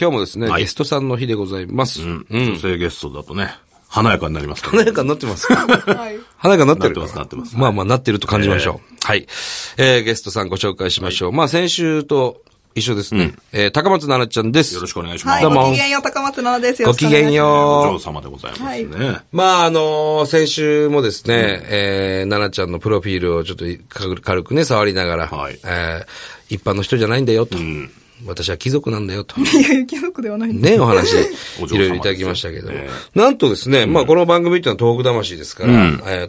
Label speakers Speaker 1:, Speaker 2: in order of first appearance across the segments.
Speaker 1: 今日もですね、
Speaker 2: はい
Speaker 1: ゲストさんの日でございます。
Speaker 2: うん。女性ゲストだとね、華やかになりますから
Speaker 1: 華
Speaker 2: ね。
Speaker 1: やかになって ますか華やかになってる
Speaker 2: なってますなってます
Speaker 1: まあまあなってると感じましょう。はい。えー、ゲストさんご紹介しましょう。まあ先週と一緒ですね。えー、高松奈々ちゃんです。
Speaker 2: よろしくお願いします。
Speaker 3: はい、
Speaker 1: どうも
Speaker 3: ごきげんよう、高松菜奈です。
Speaker 1: ごきげん
Speaker 2: お
Speaker 1: よ
Speaker 2: 嬢
Speaker 1: う。
Speaker 2: 様でございますね。
Speaker 3: はい
Speaker 1: まああのー先週もですね、えー、奈々ちゃんのプロフィールをちょっと軽軽くね、触りながら、
Speaker 2: はい
Speaker 1: えー、一般の人じゃないんだよと。私は貴族なんだよと。
Speaker 3: いや、雪の子ではないんで
Speaker 1: ね、お話、
Speaker 2: お嬢様です
Speaker 1: いろいろいただきましたけども
Speaker 2: え。
Speaker 1: なんとですね、まあこの番組っていうのは東北魂ですから、え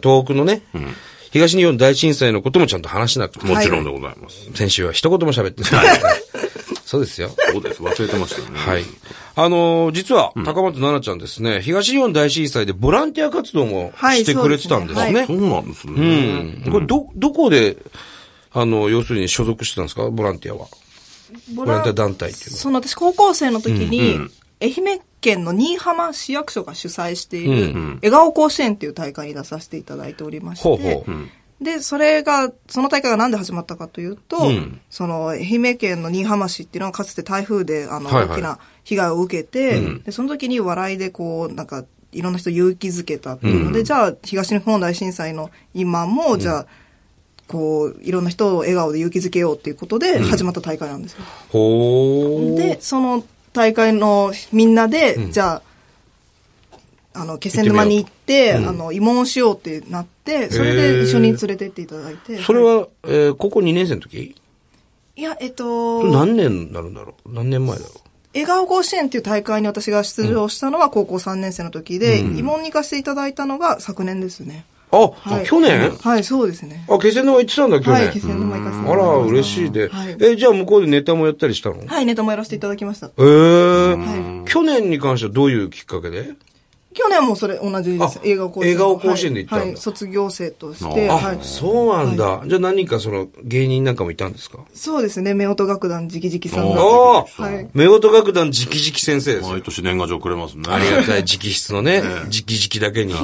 Speaker 1: ー東北のね、東日本大震災のこともちゃんと話しなくて、
Speaker 2: もちろんでございます。
Speaker 1: 先週は一言も喋ってない。 そうですよ。
Speaker 2: そうです。忘れてましたよね。
Speaker 1: はい。あのー実は、高松奈々ちゃんですね、東日本大震災でボランティア活動も
Speaker 3: はい
Speaker 1: してくれてたんです
Speaker 3: そう
Speaker 1: ね。
Speaker 2: そうなんですね。
Speaker 1: うんこれ、ど、どこで、あの、要するに所属してたんですかボランティアは。
Speaker 3: す。ボ
Speaker 1: ボランティア団体っていうのは。
Speaker 3: その私、高校生の時に、愛媛県の新居浜市役所が主催している、笑顔甲子園っていう大会に出させていただいておりまして、
Speaker 1: ほうほう。
Speaker 3: で、それが、その大会がなんで始まったかというと、その、愛媛県の新居浜市っていうのはかつて台風で、あの、
Speaker 1: はいはい
Speaker 3: 大きな被害を受けて、で、その時に笑いでこう、なんか、いろんな人を勇気づけたっていうので、じゃあ、東日本大震災の今も、じゃあ、こう、いろんな人を笑顔で勇気づけようっていうことで始まった大会なんですよ。
Speaker 1: ほー。
Speaker 3: で、その大会のみんなで、じゃあ、あの、気仙沼に行って、あの、慰問をしようってなって、それで一緒に連れてっていただいて。
Speaker 1: それは、えー高校2年生の時
Speaker 3: いや、えっと、
Speaker 1: 何年になるんだろう何年前だろ
Speaker 3: 笑顔甲子園っていう大会に私が出場したのは高校3年生の時で、慰問に行かせていただいたのが昨年ですね。
Speaker 1: うあ、
Speaker 3: はい
Speaker 1: 去年
Speaker 3: はい、そうですね。
Speaker 1: あ、気仙沼行ってたんだ、去
Speaker 3: は
Speaker 1: 年。
Speaker 3: い、気仙沼行かせてい
Speaker 1: あ
Speaker 3: ただき
Speaker 1: ら、
Speaker 3: まし
Speaker 1: 嬉しいで。
Speaker 3: はい
Speaker 1: え、じゃあ向こうでネタもやったりしたの
Speaker 3: た。はい、ネタもやらせていただきました。
Speaker 1: え
Speaker 3: は
Speaker 1: ー。去年に関してはどういうきっかけで
Speaker 3: 去年もそれ同じです
Speaker 1: あ。
Speaker 3: 映画甲子園。
Speaker 1: 映画を甲子園で行ったんだ
Speaker 3: はいはい、卒業生として。
Speaker 2: あ
Speaker 3: はい、
Speaker 1: そうなんだ。じゃあ何かその芸人なんかもいたんですか
Speaker 3: そうですね、夫婦楽団直々さんが。
Speaker 1: お
Speaker 2: お
Speaker 1: お
Speaker 2: ー
Speaker 3: はい
Speaker 1: 夫婦楽団直々先生ですよ
Speaker 2: 毎。年年賀状くれますね。
Speaker 1: ありがたい直筆 のね、直々だけに。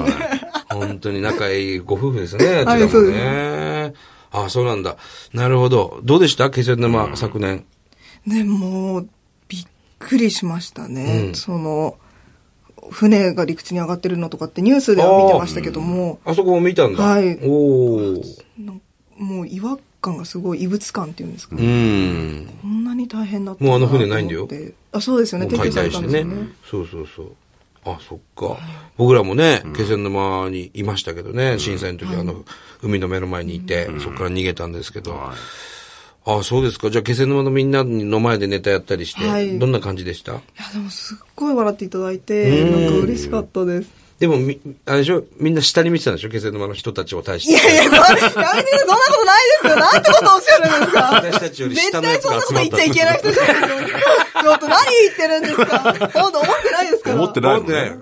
Speaker 1: 本当に仲いいご夫婦です ね、あちらも
Speaker 3: そうで
Speaker 1: ね。あ、そうなんだ。なるほど。どうでした気仙沼、昨年。
Speaker 3: ね、もう、びっくりしましたね。その、船が陸地に上がってるのとかってニュースでは見てましたけども、
Speaker 1: あそこも見たんだ。
Speaker 3: はい
Speaker 1: おー。
Speaker 3: なんもう違和感がすごい異物感っていうんですか、
Speaker 1: うん。
Speaker 3: こんなに大変だった
Speaker 1: もうあの
Speaker 3: なと思
Speaker 1: 船
Speaker 3: って
Speaker 1: ないんだよ
Speaker 3: あ、そうですよね。
Speaker 1: もう解
Speaker 3: され
Speaker 1: 体
Speaker 3: た
Speaker 1: し
Speaker 3: ん
Speaker 1: て
Speaker 3: です
Speaker 1: ね
Speaker 3: よね。。
Speaker 1: そうそうそう。あ、そっか。僕らもね、気仙沼にいましたけどね、震災の時、あの、海の目の前にいて、そこから逃げたんですけど。
Speaker 2: はい
Speaker 1: あ、そうですか。じゃあ、気仙沼のみんなの前でネタやったりし
Speaker 3: は
Speaker 1: て、
Speaker 3: い
Speaker 1: どんな感じでした
Speaker 3: いや、でもすっごい笑っていただいて、なんか嬉しかったです。
Speaker 1: でも、み、あれでしょみんな下に見てたんでしょ気仙沼の人たちを対し
Speaker 3: いや
Speaker 1: て。
Speaker 3: いや、そんやめてくださいそんなことないですよ。なんてことをおっしゃるんですか。
Speaker 1: 私たちより下のやつが集まった
Speaker 3: 絶対そんなこと言っちゃいけない人じゃないですよ。ちょっと何言ってるんですか。本当思ってないですから。
Speaker 2: 思ってない
Speaker 1: 思ってないよ。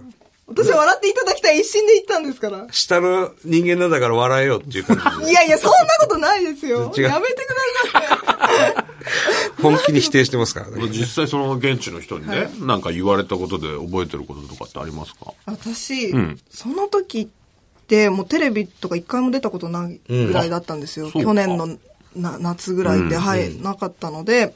Speaker 3: 私は笑っていただきたい一心で言ったんですから。
Speaker 1: 下の人間なんだから笑えよっていう感じ で。
Speaker 3: いやいや、そんなことないですよ。
Speaker 1: 違う
Speaker 3: やめてくださ
Speaker 1: 本気に否定してますからね。
Speaker 2: 実際その現地の人にね、なんか言われたことで覚えてることとかってありますか
Speaker 3: い。私、その時って、もうテレビとか一回も出たことないぐらいだったんですよ。
Speaker 2: んそうか
Speaker 3: 去年のな夏ぐらいで、はい、なかったので、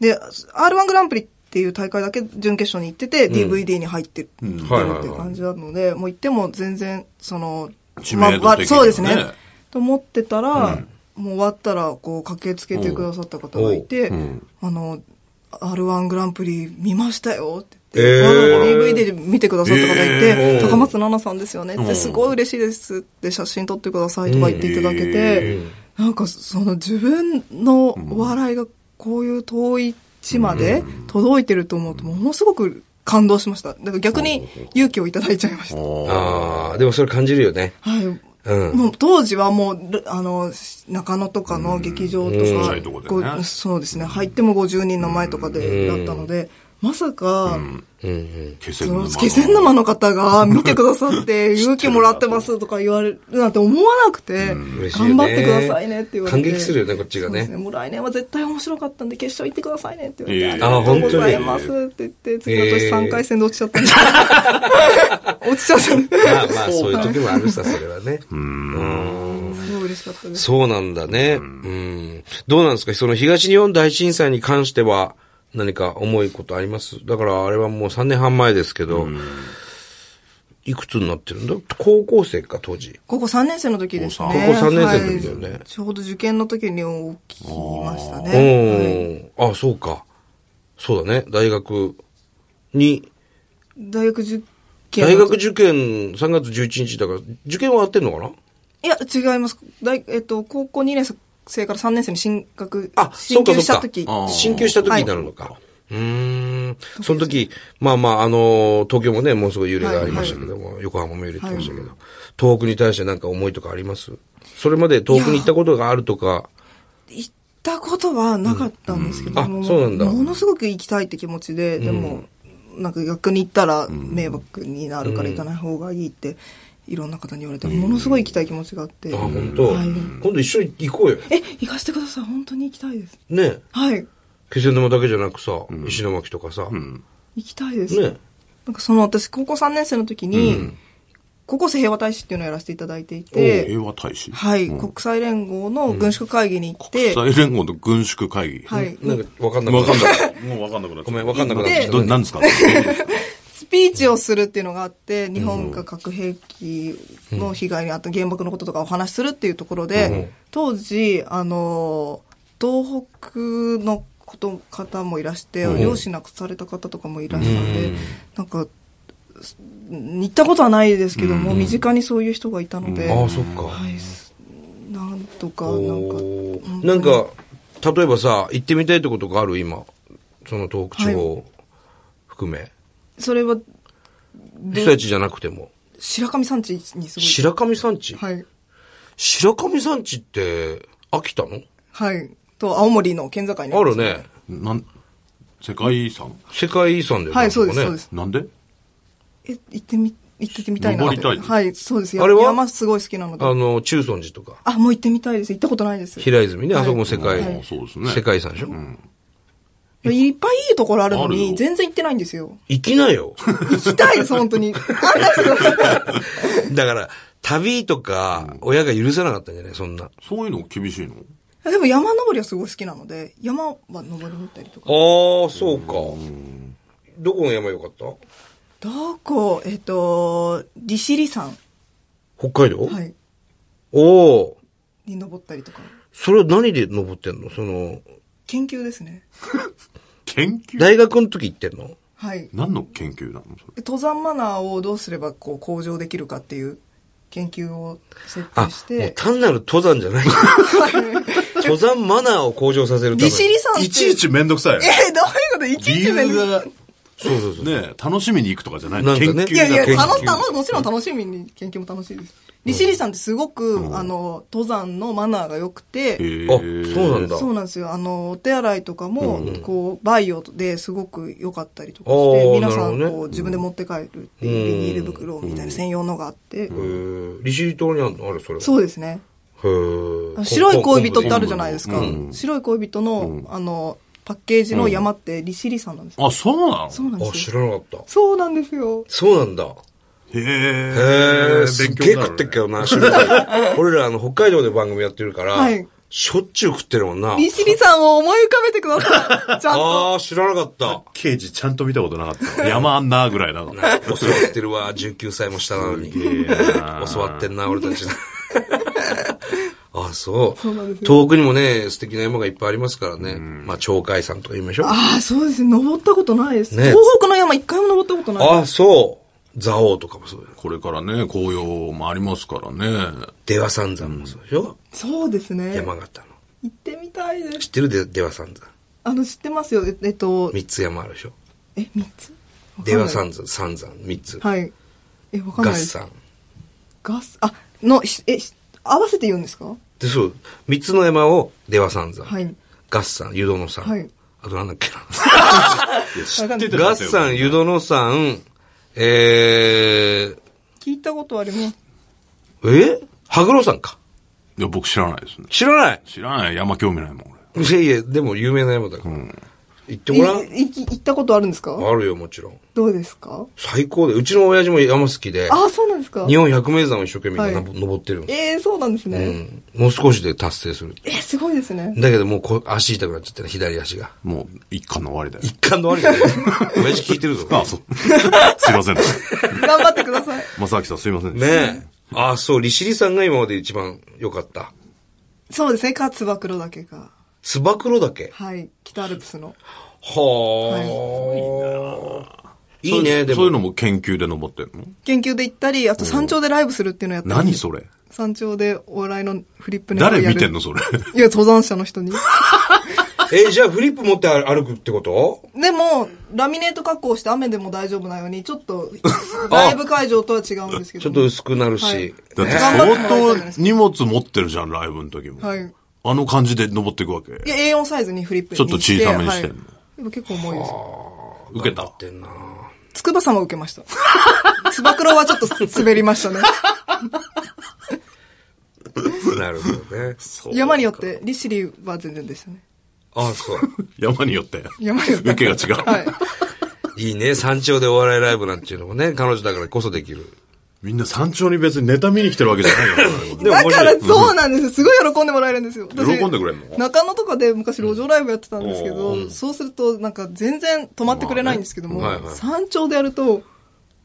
Speaker 3: で、R1 グランプリっていう大会だけ準決勝に行ってて、DVD に入ってるっていう
Speaker 1: はいはいはい
Speaker 3: 感じなので、もう行っても全然、その、
Speaker 2: 知名度的にはね
Speaker 3: まあそうですね。と思ってたら、もう終わったら、こう、駆けつけてくださった方がいて、あの、R1 グランプリ見ましたよって言って、
Speaker 1: えー
Speaker 3: あの DVD で見てくださった方がいて、
Speaker 1: えー
Speaker 3: 高松菜奈さんですよねっ
Speaker 2: うん
Speaker 3: て、すごい嬉しいですって写真撮ってくださいとか言っていただけて、なんかその自分の笑いがこういう遠い地まで届いてると思うと、ものすごく感動しました。だから逆に勇気をいただいちゃいました。
Speaker 1: ああ、でもそれ感じるよね。
Speaker 3: はい。
Speaker 1: うん。
Speaker 3: もう当時はもう、るあの、中野とかの劇場と
Speaker 2: 小
Speaker 3: か
Speaker 2: さいとこ、で
Speaker 3: こ
Speaker 2: ね
Speaker 3: うそうですね、入っても50人の前とかで、だったので、まさか、
Speaker 1: うんうん。
Speaker 2: 気仙
Speaker 3: そ
Speaker 2: 沼
Speaker 3: の
Speaker 2: の。
Speaker 3: 気仙沼の方が見てくださ って、勇気もらってますとか言われるなんて思わなくて、
Speaker 1: 嬉しいよね
Speaker 3: 頑張ってくださいねって言われて。
Speaker 1: 感激するよねこっちがね
Speaker 3: そうですもう来年は絶対面白かったんで、決勝行ってくださいねって言われて、
Speaker 2: ええ
Speaker 3: ありがとうござい
Speaker 1: あ
Speaker 3: ま
Speaker 1: 本
Speaker 3: す
Speaker 1: 当
Speaker 3: って言って、次の
Speaker 1: ええ
Speaker 3: 年3回戦で落ちちゃったんです。落ちちゃったんで
Speaker 1: まあまあ、そういう時もあるさ、それはね。
Speaker 3: す。すごい嬉しかったです。
Speaker 1: そうなんだね。うん。どうなんですかその東日本大震災に関しては、何か思いことありますだからあれはもう3年半前ですけど、いくつになってるんだ高校生か、当時。
Speaker 3: 高校3年生の時ですね。
Speaker 1: 高校三年生の時だよね
Speaker 3: はいちょうど受験の時に起きました
Speaker 1: う
Speaker 3: ね。
Speaker 1: ん。あ、そうか。そうだね。大学に、
Speaker 3: はい大学受験の
Speaker 1: 大
Speaker 3: 時。
Speaker 1: 学受験3月11日だから、受験はやってんのかない
Speaker 3: や、違います。大えっと、高校2年生から3年生に進学、
Speaker 1: あ、そう
Speaker 3: 進
Speaker 1: か
Speaker 3: 級
Speaker 1: そう
Speaker 3: した
Speaker 1: か
Speaker 3: 時。。
Speaker 2: あー
Speaker 1: 進級した時になるのか。うーん。その時、まあまあ、あのー東京もね、もうすごい揺れがありましたけども、横浜も揺れてましたけど、東北に対してなんか思いとかありますそれまで東北に行ったことがあるとか、
Speaker 3: 行ったことはなかったんですけど、
Speaker 1: うんあ
Speaker 3: も
Speaker 1: そうなんだ
Speaker 3: ものすごく行きたいって気持ちで、でも、なんか逆に行ったら迷惑になるから行かない方がいいって、いろんな方に言われて、ものすごい行きたい気持ちがあって。
Speaker 1: あ、本当、
Speaker 3: はい
Speaker 1: 今度一緒に行こうよ。
Speaker 3: え、行かせてください。本当に行きたいです。
Speaker 1: ねえ
Speaker 3: はい。
Speaker 1: 気仙沼だけじゃなくさ、石巻とかさ、
Speaker 2: うん。
Speaker 3: 行きたいです。
Speaker 1: ね
Speaker 3: なんかその私、高校3年生の時に、
Speaker 1: うん
Speaker 3: 高校生平和大使っていうのをやらせていただいてい
Speaker 2: え
Speaker 3: て、
Speaker 2: 平和大使
Speaker 3: はい、
Speaker 2: うん
Speaker 3: 国際連合の軍縮会議に行って、
Speaker 2: 国際連合の軍縮会議。
Speaker 3: はい、
Speaker 1: なんかわかんな
Speaker 2: わかん
Speaker 1: い。
Speaker 2: ない。もうわかんなくなっちゃった。
Speaker 1: ごめんわかんなくなっ
Speaker 3: ちゃった
Speaker 2: ど何ですか
Speaker 3: スピーチをするっていうのがあって、日本が核兵器の被害にあった原爆のこととかお話しするっていうところで、
Speaker 1: うん
Speaker 3: 当時、あの、東北のこと方もいらして、
Speaker 1: うん
Speaker 3: 漁師亡くされた方とかもいらしたんで、なんか、す行ったことはないですけども、身近にそういう人がいたので、
Speaker 1: ああ、そっか。
Speaker 3: はい、すなんとか、なんか、
Speaker 1: おーなんか、例えばさ、行ってみたいってことがある今。その東北地方含め。
Speaker 3: それは、
Speaker 1: 被災地じゃなくても。
Speaker 3: 白神山地にすごい。
Speaker 1: 白神山地、
Speaker 3: はい。
Speaker 1: 白神山地って、秋田の
Speaker 3: はい。と、青森の県境に
Speaker 1: あるね。
Speaker 2: なん、世界遺産
Speaker 1: 世界遺産だよね。
Speaker 3: はい、そうで
Speaker 1: あ
Speaker 3: す、
Speaker 1: こ
Speaker 3: そう
Speaker 1: ね
Speaker 3: です。
Speaker 2: なんで
Speaker 3: え、行ってみ、行ってみたいなって。
Speaker 2: 登りたい
Speaker 3: はい、そうです。
Speaker 1: あれは
Speaker 3: 山すごい好きなので。
Speaker 1: あの、中尊寺とか、
Speaker 3: あ、もう行ってみたいです。行ったことないです。
Speaker 1: 平泉ね、
Speaker 3: はい
Speaker 1: あそこも世界、
Speaker 3: はい
Speaker 2: そうですね
Speaker 1: 世界遺産でしょ、
Speaker 3: いっぱいいいところあるの
Speaker 2: ある
Speaker 3: に、
Speaker 2: よ
Speaker 3: 全然行ってないんですよ。
Speaker 1: 行きな よ。
Speaker 3: 行きたいです、本当に。あんなすごい。
Speaker 1: だから、旅とか、親が許さなかったんじゃないそんな。
Speaker 2: そういうの厳しいの
Speaker 3: でも山登りはすごい好きなので、山は登りに行ったりとか。
Speaker 1: ああ、そうか。どこの山良かった
Speaker 3: どこえっと、利尻山。
Speaker 1: 北海道、
Speaker 3: はい。
Speaker 1: おお。
Speaker 3: に登ったりとか。
Speaker 1: それは何で登ってんのその、
Speaker 3: 研究ですね。
Speaker 2: 研究
Speaker 1: 大学の時行ってんの
Speaker 3: はい。
Speaker 2: 何の研究なのそれ。
Speaker 3: 登山マナーをどうすればこう向上できるかっていう研究を設
Speaker 1: あ
Speaker 3: 定し、
Speaker 1: もう
Speaker 3: て。
Speaker 1: 単なる登山じゃ ない。登山マナーを向上させるために。
Speaker 3: 利尻山って。
Speaker 2: いちいちめんどくさい。
Speaker 3: え、どういうこといちい
Speaker 2: 理
Speaker 3: ち面
Speaker 2: 由
Speaker 3: 倒
Speaker 2: が、
Speaker 1: そうそうそう。
Speaker 2: ね、楽しみに行くとかじゃない
Speaker 1: なん
Speaker 2: の
Speaker 1: か
Speaker 2: 研
Speaker 1: ね
Speaker 2: 究だ
Speaker 3: いやいや、
Speaker 1: 研究
Speaker 3: 楽し、楽し、もちろん楽しみに研究も楽しいです。利尻さんってすごく、あの、登山のマナーが良く
Speaker 2: へ
Speaker 3: て、
Speaker 2: ー
Speaker 1: あそうなんだ
Speaker 3: そうなんですよ。あの、お手洗いとかも、こう、バイオですごく良かったりとか
Speaker 1: お
Speaker 3: し
Speaker 1: ー
Speaker 3: て、皆さ
Speaker 1: なるほ
Speaker 3: ん、
Speaker 1: どね
Speaker 3: こ
Speaker 1: う
Speaker 3: うん自分で持って帰るっていう、ビニール袋みたいな専用のがあって、
Speaker 1: へー利尻島にあるのあれ、それ。
Speaker 3: そうですね。
Speaker 1: へー
Speaker 3: あの白い恋人ってあるじゃないですか。白い恋人の、あの、パッケージの山って利尻山なんですよ。
Speaker 2: あ、そうなの
Speaker 3: そうなんで
Speaker 1: あ、
Speaker 3: す
Speaker 1: 知
Speaker 3: よ。
Speaker 1: らなかった。
Speaker 3: そうなんですよ。
Speaker 1: そうなんだ。
Speaker 2: へ
Speaker 1: へ
Speaker 2: え
Speaker 1: え、すっげえ食ってっけどな、白 い。俺らあの、北海道で番組やってるから
Speaker 3: はい、
Speaker 1: しょっちゅう食ってるもんな。
Speaker 3: 利尻さんを思い浮かべてくださ い。ちゃんと。
Speaker 1: ああ、知らなかった。
Speaker 2: 刑事ちゃんと見たことなかった。山あんなぐらいなの。
Speaker 1: 教わってるわ、19歳も下なのに。教わってんな、俺たち。あ、そう。
Speaker 3: そうなんですよ
Speaker 1: 遠くにもね、素敵な山がいっぱいありますからね。まあ、鳥海山とか言いましょう。
Speaker 3: ああ、そうですね。登ったことないです。
Speaker 1: ね
Speaker 3: 東北の山一回も登ったことない。
Speaker 1: あ、そう。蔵王とかもそうだよ。
Speaker 2: これからね、紅葉もありますからね。
Speaker 1: 出羽三山もそうでしょ、
Speaker 3: そうですね。
Speaker 1: 山
Speaker 3: 行
Speaker 1: 形の。
Speaker 3: ってみたいで
Speaker 1: 知
Speaker 3: す
Speaker 1: っ。てるで、出羽三山。
Speaker 3: あの、知ってますよ。ええっと、
Speaker 1: 三つ山あるでしょ
Speaker 3: え、三つ
Speaker 1: 出羽
Speaker 3: ん
Speaker 1: 三山、三山、三つ。
Speaker 3: はい。え、わかんない
Speaker 1: 合
Speaker 3: です。
Speaker 1: 山。
Speaker 3: ガス。あ、の、ひえ、ひ合わせて言うんですか
Speaker 1: で、そう。三つの山を出羽三山。
Speaker 3: はい。
Speaker 1: 合山、湯殿山。
Speaker 3: はい
Speaker 1: あとなんだっけな。
Speaker 3: わかんない
Speaker 2: てた
Speaker 1: ガッサン、湯殿さん、えー、
Speaker 3: 聞いたことあります。
Speaker 1: え羽黒さんか。
Speaker 2: いや、僕知らないですね。
Speaker 1: 知らない
Speaker 2: 知らない。山興味ないもん、
Speaker 1: いやいや、でも有名な山だから。行ってもらう
Speaker 3: いい行ったことあるんですか
Speaker 1: あるよ、もちろん。
Speaker 3: どうですか
Speaker 1: 最高で。うちの親父も山好きで、
Speaker 3: あ、そうなんですか
Speaker 1: 日本百名山を一生懸命今な、
Speaker 3: はい
Speaker 1: 登ってるんです
Speaker 3: ええそうなんですね。
Speaker 1: うん。もう少しで達成する。
Speaker 3: えーすごいですね。
Speaker 1: だけどもうこ足痛くなっちゃってね、左足が。
Speaker 2: もう、一巻の終わりだよ。
Speaker 1: 一貫の悪い よね。親父聞いてるぞ。
Speaker 2: あ、そう。 すいませんでした。
Speaker 3: 頑張ってください。
Speaker 2: 正明さんすいませんでした。
Speaker 1: ねえ。あ、そう、利尻さんが今まで一番良かった。
Speaker 3: そうですね、か、つば黒岳か。
Speaker 1: つば黒岳。
Speaker 3: はい、北アルプスの。
Speaker 1: はあ、い。いね、でも。
Speaker 2: そういうのも研究で登ってんの
Speaker 3: 研究で行ったり、あと山頂でライブするっていうのをやったり。
Speaker 2: 何それ
Speaker 3: 山頂でお笑いのフリップネタをや
Speaker 2: 誰
Speaker 3: る
Speaker 2: 見てんのそれ。
Speaker 3: いや、登山者の人に。
Speaker 1: え、じゃあフリップ持って歩くってこと
Speaker 3: でも、ラミネート加工して雨でも大丈夫なように、ちょ っと、ライブ会場とは違うんですけど。
Speaker 1: ちょっと薄くなるし。
Speaker 2: だって
Speaker 1: ね
Speaker 3: 頑張ってもらいたいじゃない
Speaker 2: 相
Speaker 3: です
Speaker 2: 当荷物持ってるじゃん、ライブの時も。
Speaker 3: はい
Speaker 2: あの感じで登っていくわけ。
Speaker 3: いや、A4 サイズにフリップに
Speaker 2: ちょっと小さめにしてんの
Speaker 3: はいでも結構重いです。
Speaker 2: 受けた。
Speaker 1: ってんな
Speaker 3: つくばさんは受けました。つば九郎はちょっと滑りましたね。
Speaker 1: なるほどね。
Speaker 3: 山によって、利尻は全然でしたね。
Speaker 1: あ、そう。
Speaker 2: 山によって。
Speaker 3: 山によって。
Speaker 2: 受けが違う。
Speaker 3: はい。
Speaker 1: いいね。山頂でお笑いライブなんていうのもね、彼女だからこそできる。
Speaker 2: みんな山頂に別にネタ見に来てるわけじゃ ないからね。これ
Speaker 1: も面
Speaker 3: だか
Speaker 1: 白い
Speaker 3: らそうなんですよ。すごい喜んでもらえるんですよ。私
Speaker 2: 喜んでくれんの
Speaker 3: 中野とかで昔路上ライブやってたんですけど、
Speaker 2: うん
Speaker 3: そうするとなんか全然止まってくれないんですけども、
Speaker 1: まあねはいはい
Speaker 3: 山頂でやると、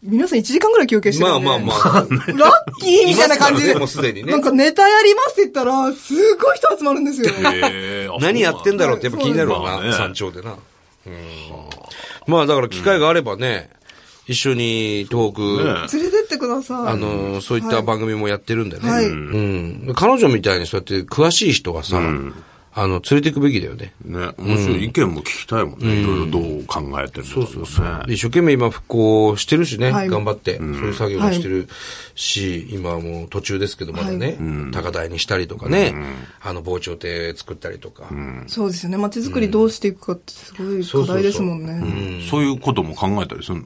Speaker 3: 皆さん1時間ぐらい休憩して
Speaker 1: ま
Speaker 3: る
Speaker 1: あ
Speaker 3: んで、
Speaker 1: まあまあ。
Speaker 3: ラッキーみたいな感じ
Speaker 1: いますからね
Speaker 3: で、
Speaker 1: もうすでにね
Speaker 3: なんかネタやりますって言ったら、すごい人集まるんですよ。
Speaker 2: へーあ
Speaker 1: 何やってんだろうってやっぱ気になる
Speaker 2: そう
Speaker 1: わ
Speaker 2: なん
Speaker 1: な、
Speaker 2: だ
Speaker 1: 山頂でな。うんまあだから機会があればね、一緒に東
Speaker 2: ね
Speaker 1: 北、
Speaker 3: 連れてってください。
Speaker 1: あのー、そういった番組もやってるんでね。
Speaker 3: はい
Speaker 1: うん。彼女みたいにそうやって詳しい人はさ、あの、連れて行くべきだよね。
Speaker 2: ね、面白い意見も聞きたいもんね。いろいろどう考えてるそうそうそう。
Speaker 1: で一生懸命今復興してるしね、
Speaker 3: はい
Speaker 1: 頑張って、そういう作業もしてるし、今はもう途中ですけど、まだね、高台にしたりとかね、あの、防潮堤作ったりとか。
Speaker 3: そうですよね。街づくりどうしていくかってすごい課題ですもんね。
Speaker 2: そういうことも考えたりするの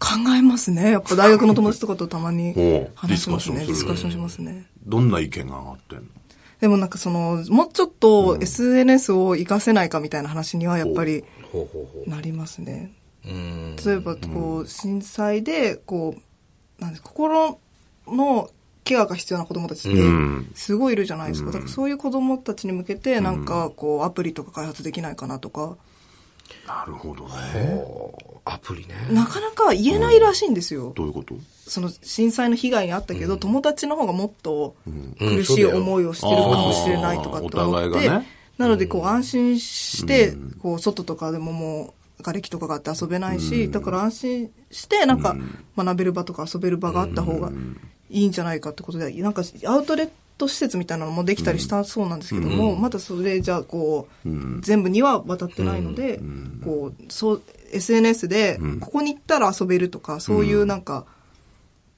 Speaker 3: 考えますね。やっぱ大学の友達とかとたまに
Speaker 2: おう
Speaker 3: 話しますね。
Speaker 2: デ
Speaker 3: デ
Speaker 2: ィ
Speaker 3: ィ
Speaker 2: ス
Speaker 3: ス
Speaker 2: カ
Speaker 3: カ
Speaker 2: ッ
Speaker 3: ッ
Speaker 2: シ
Speaker 3: シ
Speaker 2: ョ
Speaker 3: ョ
Speaker 2: ン
Speaker 3: ン
Speaker 2: す
Speaker 3: し
Speaker 2: る
Speaker 3: ますね。
Speaker 2: どんな意見が上がってんの
Speaker 3: でもなんかその、もうちょっと SNS を活かせないかみたいな話にはやっぱり
Speaker 1: ほうほうほ
Speaker 3: なりますね。
Speaker 1: う。うん。
Speaker 3: 例えばこう、震災で、こう、なんで心のケアが必要な子供たちって
Speaker 2: ん
Speaker 3: すごいいるじゃないですか。だからそういう子供たちに向けてなんかこう、アプリとか開発できないかなとか、
Speaker 2: なるほどね。
Speaker 1: おアプリね。
Speaker 3: なかなか言えないらしいんですよ。
Speaker 2: どういうこと
Speaker 3: その震災の被害に遭ったけど、友達の方がもっと
Speaker 1: う
Speaker 3: 苦
Speaker 1: んそう
Speaker 3: し
Speaker 1: だ
Speaker 3: い
Speaker 1: よ
Speaker 3: 思いをしてるかもしれないとかって
Speaker 2: あー
Speaker 3: 思
Speaker 2: お
Speaker 3: っ
Speaker 2: 互い
Speaker 3: て、
Speaker 2: がね
Speaker 3: なのでこう安心して、こう外とかでももう瓦礫とかがあって遊べないし、だから安心してなんか学べる場とか遊べる場があった方がいいんじゃないかってことで、なんかアウトレット施設みたいなのもできたりしたそうなんですけども、まだそれじゃあこう、全部には渡ってないので、こうそう SNS でここに行ったら遊べるとか、そういうなんか、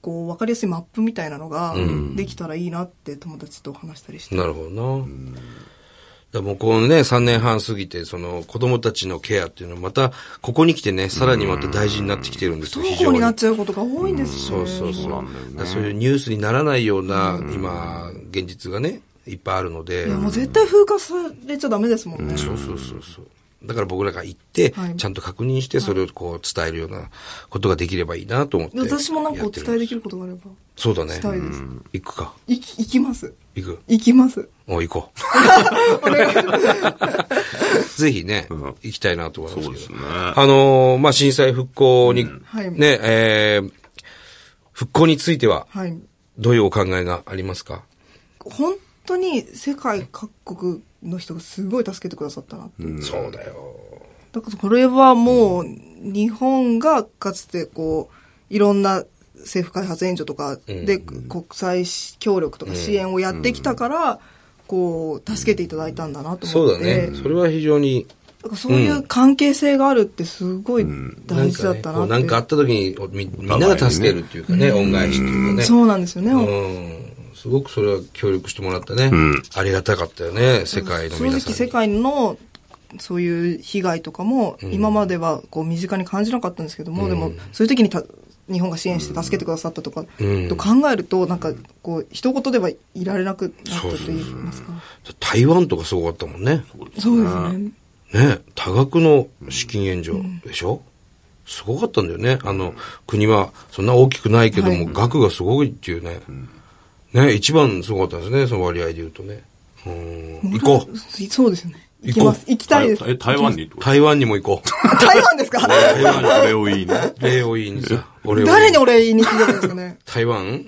Speaker 3: こう分かりやすいマップみたいなのができたらいいなって友達と話したりして、
Speaker 1: なるほどな。だからもうこのね、3年半過ぎて、その子供たちのケアっていうのはまた、ここに来てね、さらにまた大事になってきてるんです
Speaker 3: 不
Speaker 1: よ、
Speaker 3: 登校になっ
Speaker 1: 非
Speaker 3: ちゃうことが多いんです
Speaker 1: 常
Speaker 3: よ
Speaker 1: に
Speaker 3: ね。
Speaker 1: そうそうそう。
Speaker 2: そう
Speaker 1: だ
Speaker 2: なんだよね
Speaker 1: からそういうニュースにならないような、今、現実がね、いっぱいあるので。
Speaker 3: いやもう絶対風化されちゃダメですもんね。
Speaker 1: そうそうそうそう。だから僕らが行って、
Speaker 3: はい
Speaker 1: ちゃんと確認して、それをこう伝えるようなことができればいいなと思って。
Speaker 3: 私もなんかお伝えでき
Speaker 1: る。
Speaker 3: ることがあれば、
Speaker 1: そうだね。
Speaker 3: したいです
Speaker 1: うん行くか。
Speaker 3: 行き、行きます。
Speaker 1: 行く。
Speaker 3: 行きます。
Speaker 1: お、行こ
Speaker 3: お願いします。
Speaker 1: う。ぜひね、
Speaker 2: ん
Speaker 1: 行きたいなと思います
Speaker 2: そ
Speaker 1: け
Speaker 2: う
Speaker 1: ど
Speaker 2: ですね。
Speaker 1: あのーまあ、震災復興に、
Speaker 3: はい
Speaker 1: ね、えー復興については、
Speaker 3: はい。
Speaker 1: どういうお考えがありますか
Speaker 3: 本当に世界各国の人がすごい助けてくださったなっていう。
Speaker 1: そうだよ。
Speaker 3: だからこれはもう日本がかつてこういろんな政府開発援助とかで国際協力とか支援をやってきたからこう助けていただいたんだなと
Speaker 1: そ
Speaker 3: 思
Speaker 1: う
Speaker 3: っ
Speaker 1: だ
Speaker 3: て
Speaker 1: ね。それは非常に、
Speaker 3: だからそういう関係性があるってすごい大事だったな
Speaker 1: なんか,、ね、こ
Speaker 3: って
Speaker 1: うなんかあった時にみ、みんなが助けるっていうかね、恩返しっていうかね。
Speaker 3: そうなんですよね、
Speaker 1: うんすごくそれは協力してもらったね。
Speaker 2: ん
Speaker 1: ありがたかったよね、世界の
Speaker 3: 正
Speaker 1: 皆
Speaker 3: 直
Speaker 1: さんに。
Speaker 3: 世界のそういう被害とかも今まではこう身近に感じなかったんですけども、でもそういう時にた日本が支援して助けてくださったとか、
Speaker 1: うん
Speaker 3: と考えるとなんかこう一言ではいられなくなったと言いますか
Speaker 1: 台湾とかすごかったもんね。
Speaker 3: そうですね
Speaker 1: ね、多額の資金援助でしょ、すごかったんだよね。あの、国はそんな大きくないけども、
Speaker 3: はい
Speaker 1: 額がすごいっていうね。ね、一番すごかったですね、その割合で言うとね。うん、行こう。
Speaker 3: そうですね。行き
Speaker 1: 行こう
Speaker 3: ます。行きたいです。
Speaker 2: え、台湾にってこと
Speaker 1: 台湾にも行こ
Speaker 3: 台湾ですか
Speaker 2: 台湾に俺を言いね。
Speaker 1: う。礼を言いにさ。俺を言い
Speaker 3: 誰にお礼言いに来てたんですかね
Speaker 1: 台湾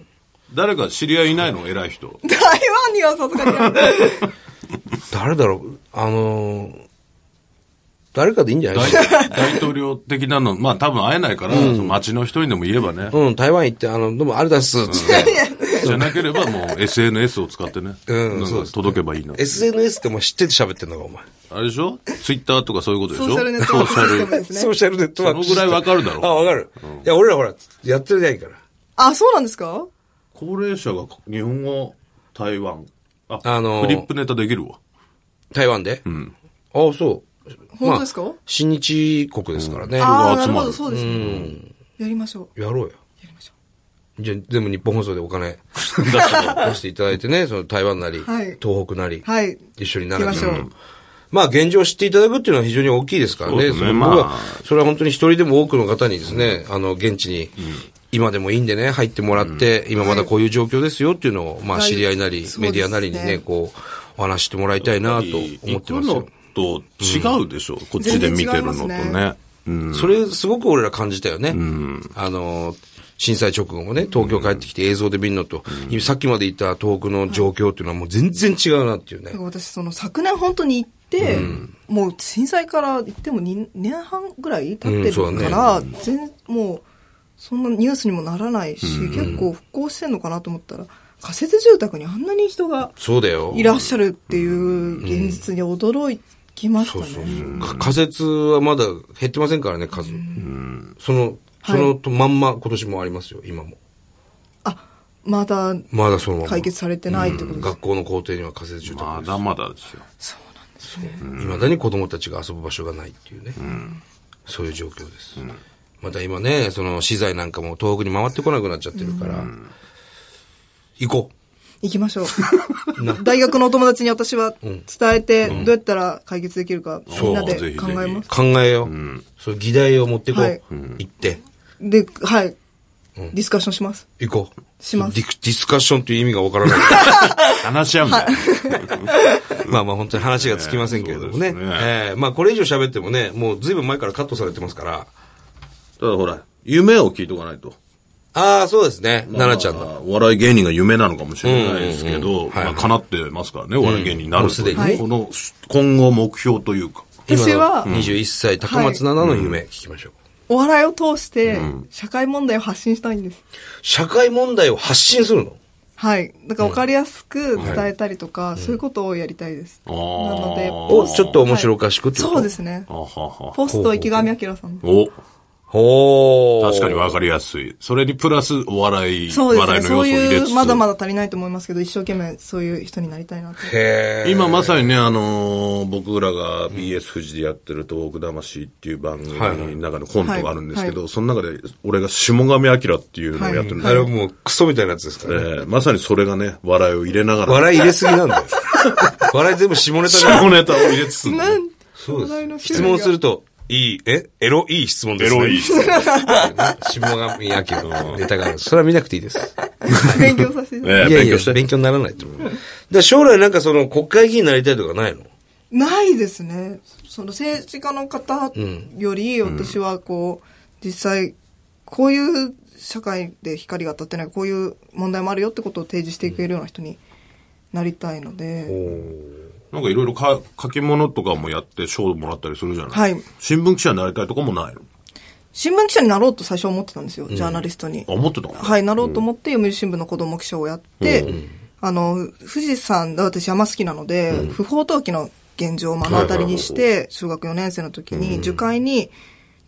Speaker 2: 誰か知り合いいないの偉い人。
Speaker 3: 台湾にはさすがに。
Speaker 1: 誰だろうあのー誰かでいいんじゃない
Speaker 2: 大
Speaker 1: ですか
Speaker 2: 大統領的なの、まあ多分会えないから、その街の人にでも言えばね。
Speaker 1: うん、台湾行って、あの、どうもあれだっす、つって。
Speaker 2: じゃなければもう SNS を使ってね。
Speaker 1: うん
Speaker 2: なんか
Speaker 1: そうです
Speaker 2: 届けばいいの。
Speaker 1: SNS ってもう知ってて喋ってんのか、お前。
Speaker 2: あれでしょツイッターとかそういうことでし
Speaker 3: ソ
Speaker 2: ょ
Speaker 3: ーシャルネットワークシステムです
Speaker 1: ソー
Speaker 3: ね。
Speaker 1: シャルネットワーク。
Speaker 2: そのぐらいわかるだろう
Speaker 1: あ、わかる。いや、俺らほら、やってないから。
Speaker 3: あ、そうなんですか
Speaker 2: 高齢者が日本語、台湾。あ、
Speaker 1: あのー
Speaker 2: フリップネタできるわ。
Speaker 1: 台湾で
Speaker 2: うん。
Speaker 1: あ、そう。
Speaker 3: 本当ですか
Speaker 1: まあ新日国ですからね。
Speaker 3: あ
Speaker 2: が
Speaker 3: あ、な
Speaker 2: 集
Speaker 3: る
Speaker 2: ま
Speaker 3: ほ
Speaker 2: る
Speaker 3: ど、そうですね。やりましょう。
Speaker 1: やろうよ。
Speaker 3: やりましょ
Speaker 1: じゃあ全部日本放送でお金
Speaker 2: だから
Speaker 1: 出していただいてね、その台湾なり
Speaker 3: はい、
Speaker 1: 東北なり
Speaker 3: う。、はい。
Speaker 1: 一緒になら
Speaker 3: 行きましょう
Speaker 1: うんまあ現状を知っていただくっていうのは非常に大きいですから
Speaker 2: そう
Speaker 1: ね。
Speaker 2: ですね
Speaker 1: その
Speaker 2: まあ
Speaker 1: 僕は、それは本当に一人でも多くの方にですね、あの、現地に、今でもいいんでね、入ってもらって、今まだこういう状況ですよっていうのを、まあ
Speaker 3: はい
Speaker 1: 知り合いなり、
Speaker 3: そう
Speaker 1: メデ
Speaker 3: ですね
Speaker 1: ィアなりにね、こう、お話ししてもらいたいなと思ってます
Speaker 2: 行
Speaker 1: よ
Speaker 2: く。のと違うでしょ、こっちで見てるのと
Speaker 3: 全然違
Speaker 2: ね
Speaker 3: いま。
Speaker 2: うん。
Speaker 1: それ、すごく俺ら感じたよね。あの、震災直後もね、東京帰ってきて映像で見るのと、さっきまで言った東北の状況っていうのはもう全然違うなっていうね
Speaker 3: だか。ら私、その昨年本当に行って、もう震災から行っても2年半ぐらい経ってる
Speaker 1: うんそう
Speaker 3: か
Speaker 1: だ
Speaker 3: ら、全もう、そんなニュースにもならないし、結構復興してんのかなと思ったら、仮設住宅にあんなに人が
Speaker 1: そうだよ。
Speaker 3: いらっしゃるっていう現実に驚きまし
Speaker 1: そ
Speaker 3: た
Speaker 1: うそうそ
Speaker 3: ね。
Speaker 1: う。か仮説はまだ減ってませんからね、数。その、
Speaker 3: は
Speaker 1: そ
Speaker 3: い
Speaker 1: のとまんま今年もありますよ、今も。
Speaker 3: あ、まだ
Speaker 1: まだそのまま。
Speaker 3: 解決されてないってことですか
Speaker 1: 学校の校庭には仮設住宅
Speaker 2: ま
Speaker 1: です。
Speaker 2: だまだですよ。
Speaker 3: そうなんですね。
Speaker 1: いまだに子供たちが遊ぶ場所がないっていうね。そういう状況です。また今ね、その資材なんかも東北に回ってこなくなっちゃってるから、行こ
Speaker 3: 行きましょう。 大学のお友達に私は伝えて、どうやったら解決できるか、
Speaker 2: そう
Speaker 3: みんなで
Speaker 2: ぜひぜひ
Speaker 3: 考えま
Speaker 1: う。
Speaker 3: す。
Speaker 1: 考えよう。そういう議題を持ってこ
Speaker 3: は
Speaker 1: う
Speaker 3: い。
Speaker 1: 行って。
Speaker 3: で、はい。ディスカッションします。
Speaker 1: 行こう。
Speaker 3: します
Speaker 1: ディクディスカッションっていう意味がわから ない。
Speaker 2: 話し合うんだよ。
Speaker 1: まあまあ本当に話がつきませんけれどもね。
Speaker 2: そうですね
Speaker 1: ええまあこれ以上喋ってもね、もう随分前からカットされてますから。
Speaker 2: ただほら、夢を聞いとかないと。
Speaker 1: ああ、そうですね。奈々ちゃんの。
Speaker 2: の。お笑い芸人が夢なのかもしれないですけ
Speaker 1: うんうんうん
Speaker 2: ど、
Speaker 1: はい
Speaker 2: まあ叶ってますからね、お笑い芸人にな
Speaker 1: も
Speaker 2: る
Speaker 1: うすでに
Speaker 3: ね
Speaker 2: この、今後目標というか。
Speaker 3: 私は
Speaker 1: 今の21歳、高松菜奈の夢聞きましょう。
Speaker 3: お笑いを通して、社会問題を発信したいんです。
Speaker 1: 社会問題を発信するの
Speaker 3: はい。だから分かりやすく伝えたりとか、そういうことをやりたいです。
Speaker 2: あ
Speaker 3: な
Speaker 2: ー
Speaker 3: ので、
Speaker 1: をちょっと面白おかしくってこと
Speaker 3: そうですね。
Speaker 2: あはは。
Speaker 3: ポスト池上彰さんの。
Speaker 2: お
Speaker 1: ほー。
Speaker 2: 確かにわかりやすい。それにプラスお笑い、
Speaker 3: そうです
Speaker 2: 笑
Speaker 3: ね。
Speaker 2: いの要素
Speaker 3: そ
Speaker 2: を
Speaker 3: う
Speaker 2: 入
Speaker 3: い
Speaker 2: れつ
Speaker 3: う、
Speaker 2: つ。
Speaker 3: まだまだ足りないと思いますけど、一生懸命そういう人になりたいなと。
Speaker 1: へー。
Speaker 2: 今まさにね、あのー僕らが BS 富士でやってる東北魂っていう番組
Speaker 1: はい
Speaker 2: の中でコントがあるんですけど、
Speaker 3: はいは
Speaker 2: その中で俺が下神明っていうのをやってるんです
Speaker 1: あれ
Speaker 2: よ
Speaker 1: はもうクソみたいなやつですからね。
Speaker 2: えーまさにそれがね、笑いを入れながら、
Speaker 1: 笑い入れすぎなんだ よ。笑い全部下ネタだよ。
Speaker 2: 下ネタを入れつつ、
Speaker 3: なん
Speaker 1: そう
Speaker 3: 話題
Speaker 1: で
Speaker 3: の
Speaker 1: す。
Speaker 3: 種
Speaker 1: 質
Speaker 3: 類
Speaker 1: 問
Speaker 3: が
Speaker 1: すると、いい、えエロいい質問です、ね。
Speaker 2: エロいい質問
Speaker 1: 下神明 のネタがある。それは見なくていいです。
Speaker 3: 勉強させてい
Speaker 2: えー
Speaker 3: ただきます
Speaker 1: いやい
Speaker 2: 勉
Speaker 1: や
Speaker 2: 強して。
Speaker 1: 勉強にならないと思う。だから将来なんかその国会議員になりたいとかないの
Speaker 3: ないですね。その政治家の方より、私はこう、実際、こういう社会で光が当たってない、こういう問題もあるよってことを提示していけるような人になりたいので、
Speaker 2: なんかいろいろか書き物とかもやって賞もらったりするじゃない、
Speaker 3: はい
Speaker 2: 新聞記者になりたいとかもないの
Speaker 3: 新聞記者になろうと最初思ってたんですよ、ジャーナリストに
Speaker 2: あ、。思ってたの
Speaker 3: はい、なろうと思って、読売新聞の子供記者をやって、あの、富士山、私山好きなので、不法投棄の現状を目の当たりにして、小学4年生の時に、樹海に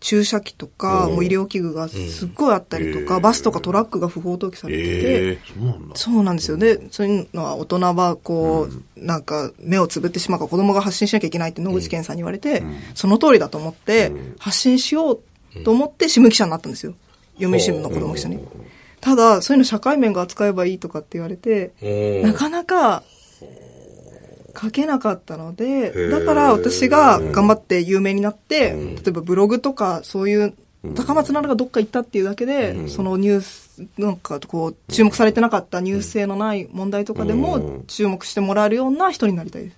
Speaker 3: 注射器とか、もう医療器具がすっごいあったりとか、
Speaker 2: うん
Speaker 3: バスとかトラックが不法投棄されてて、
Speaker 2: ええそうなんだ。
Speaker 3: そうなんですよ。で、そういうのは大人はこう、なんか目をつぶってしまうから子供が発信しなきゃいけないって野口健さんに言われて、その通りだと思って、発信しようと思って新聞記者になったんですよ。読売新聞の子供記者に。ただ、そういうの社会面が扱えばいいとかって言われて、
Speaker 1: おー
Speaker 3: なかなか、書けなかったので、
Speaker 1: ー
Speaker 3: だから私が頑張って有名になって、例えばブログとかそういう、高松なるがどっか行ったっていうだけで、そのニュース、なんかこう、注目されてなかったニュース性のない問題とかでも注目してもらえるような人になりたいです。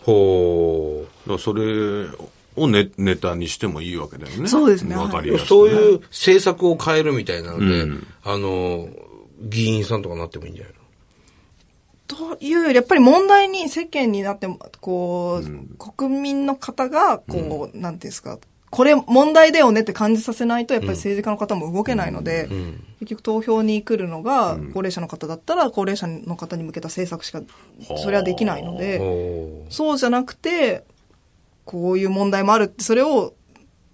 Speaker 1: ほ
Speaker 2: だからそれをネネタにしてもいいわけだよね。
Speaker 3: そうですね
Speaker 2: わかり
Speaker 1: う
Speaker 2: やすく。
Speaker 1: そういう政策を変えるみたいなので、
Speaker 2: うん
Speaker 1: あの、議員さんとかなってもいいんじゃないの
Speaker 3: というより、やっぱり問題に世間になっても、こう、国民の方が、こう、なんていうんですか、これ問題だよねって感じさせないと、やっぱり政治家の方も動けないので、結局投票に来るのが、高齢者の方だったら、高齢者の方に向けた政策しか、それはできないので、
Speaker 1: ほ
Speaker 3: そうじゃなくて、こういう問題もあるって、それを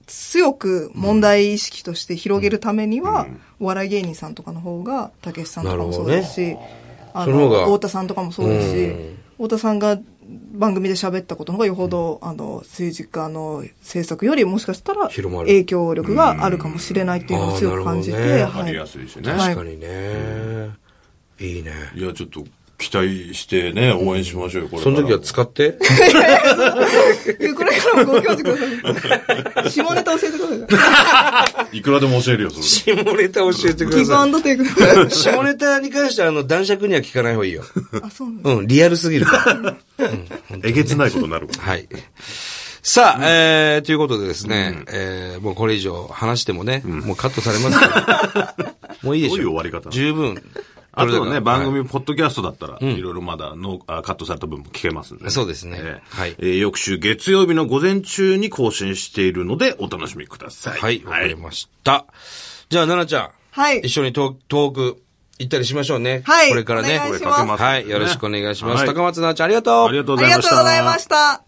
Speaker 3: 強く問題意識として広げるためには、お笑い芸人さんとかの方が、たけしさんとかもそうですし、あ
Speaker 1: その
Speaker 3: の、
Speaker 1: 方が
Speaker 3: 太田さんとかもそうですし、
Speaker 1: うん
Speaker 3: 太田さんが番組で喋ったことの方がよほど、あの、政治家の政策よりもしかしたら、
Speaker 1: 広まる
Speaker 3: 影響力があるかもしれないっていうのを強く感じ
Speaker 1: うんあーな
Speaker 3: て、
Speaker 1: る
Speaker 2: わか
Speaker 3: は
Speaker 2: り
Speaker 3: い
Speaker 2: や。すいしね。
Speaker 1: う。
Speaker 3: はい
Speaker 1: 確かにね。いいね。
Speaker 2: い、や、ちょっと期待してね、応援しましょうよ、これか
Speaker 1: そ
Speaker 2: ら。
Speaker 1: の時は使って。
Speaker 3: これからもご教示くだ さい。下ネタ教えてくださ
Speaker 2: いくらでも教えるよ、そ れ。
Speaker 1: 下ネタ教えて く
Speaker 3: い。ギ
Speaker 1: だ
Speaker 3: ブ
Speaker 1: さ
Speaker 3: ア
Speaker 1: い。
Speaker 3: ンドテイク。あ、
Speaker 1: 下ネタに関しては、あの、男爵には聞かない方がい いよ。
Speaker 3: そうなんです
Speaker 1: うん、リアルす ぎるから。
Speaker 2: えげつないことになるから。
Speaker 1: はい。さあ、えー、ということでですね、えー、もうこれ以上話してもね、もうカットされますけ どもういいでしょ
Speaker 2: どういう終わり方なの
Speaker 1: 十分。
Speaker 2: あと
Speaker 1: これだか
Speaker 2: ね、
Speaker 1: ら
Speaker 2: 番
Speaker 1: はい
Speaker 2: 組、ポッドキャストだったら、いろいろまだのあカットされた分も聞けますんで、
Speaker 1: そうですねはい
Speaker 2: えー翌週月曜日の午前中に更新しているので、お楽しみください。
Speaker 1: はい、わかりました。じゃあ、奈々ちゃん。
Speaker 3: はい
Speaker 1: 一緒にトー遠く行ったりしましょうね。
Speaker 3: はい
Speaker 1: これからね。
Speaker 3: お願いします
Speaker 1: はい、よろしくお願いします。
Speaker 2: はい
Speaker 1: 高松奈々ちゃん、ありがとう。
Speaker 2: ありがとうご
Speaker 3: あ
Speaker 2: ざ
Speaker 3: り
Speaker 2: いま
Speaker 3: が
Speaker 2: し
Speaker 3: と
Speaker 2: た。
Speaker 3: うございました。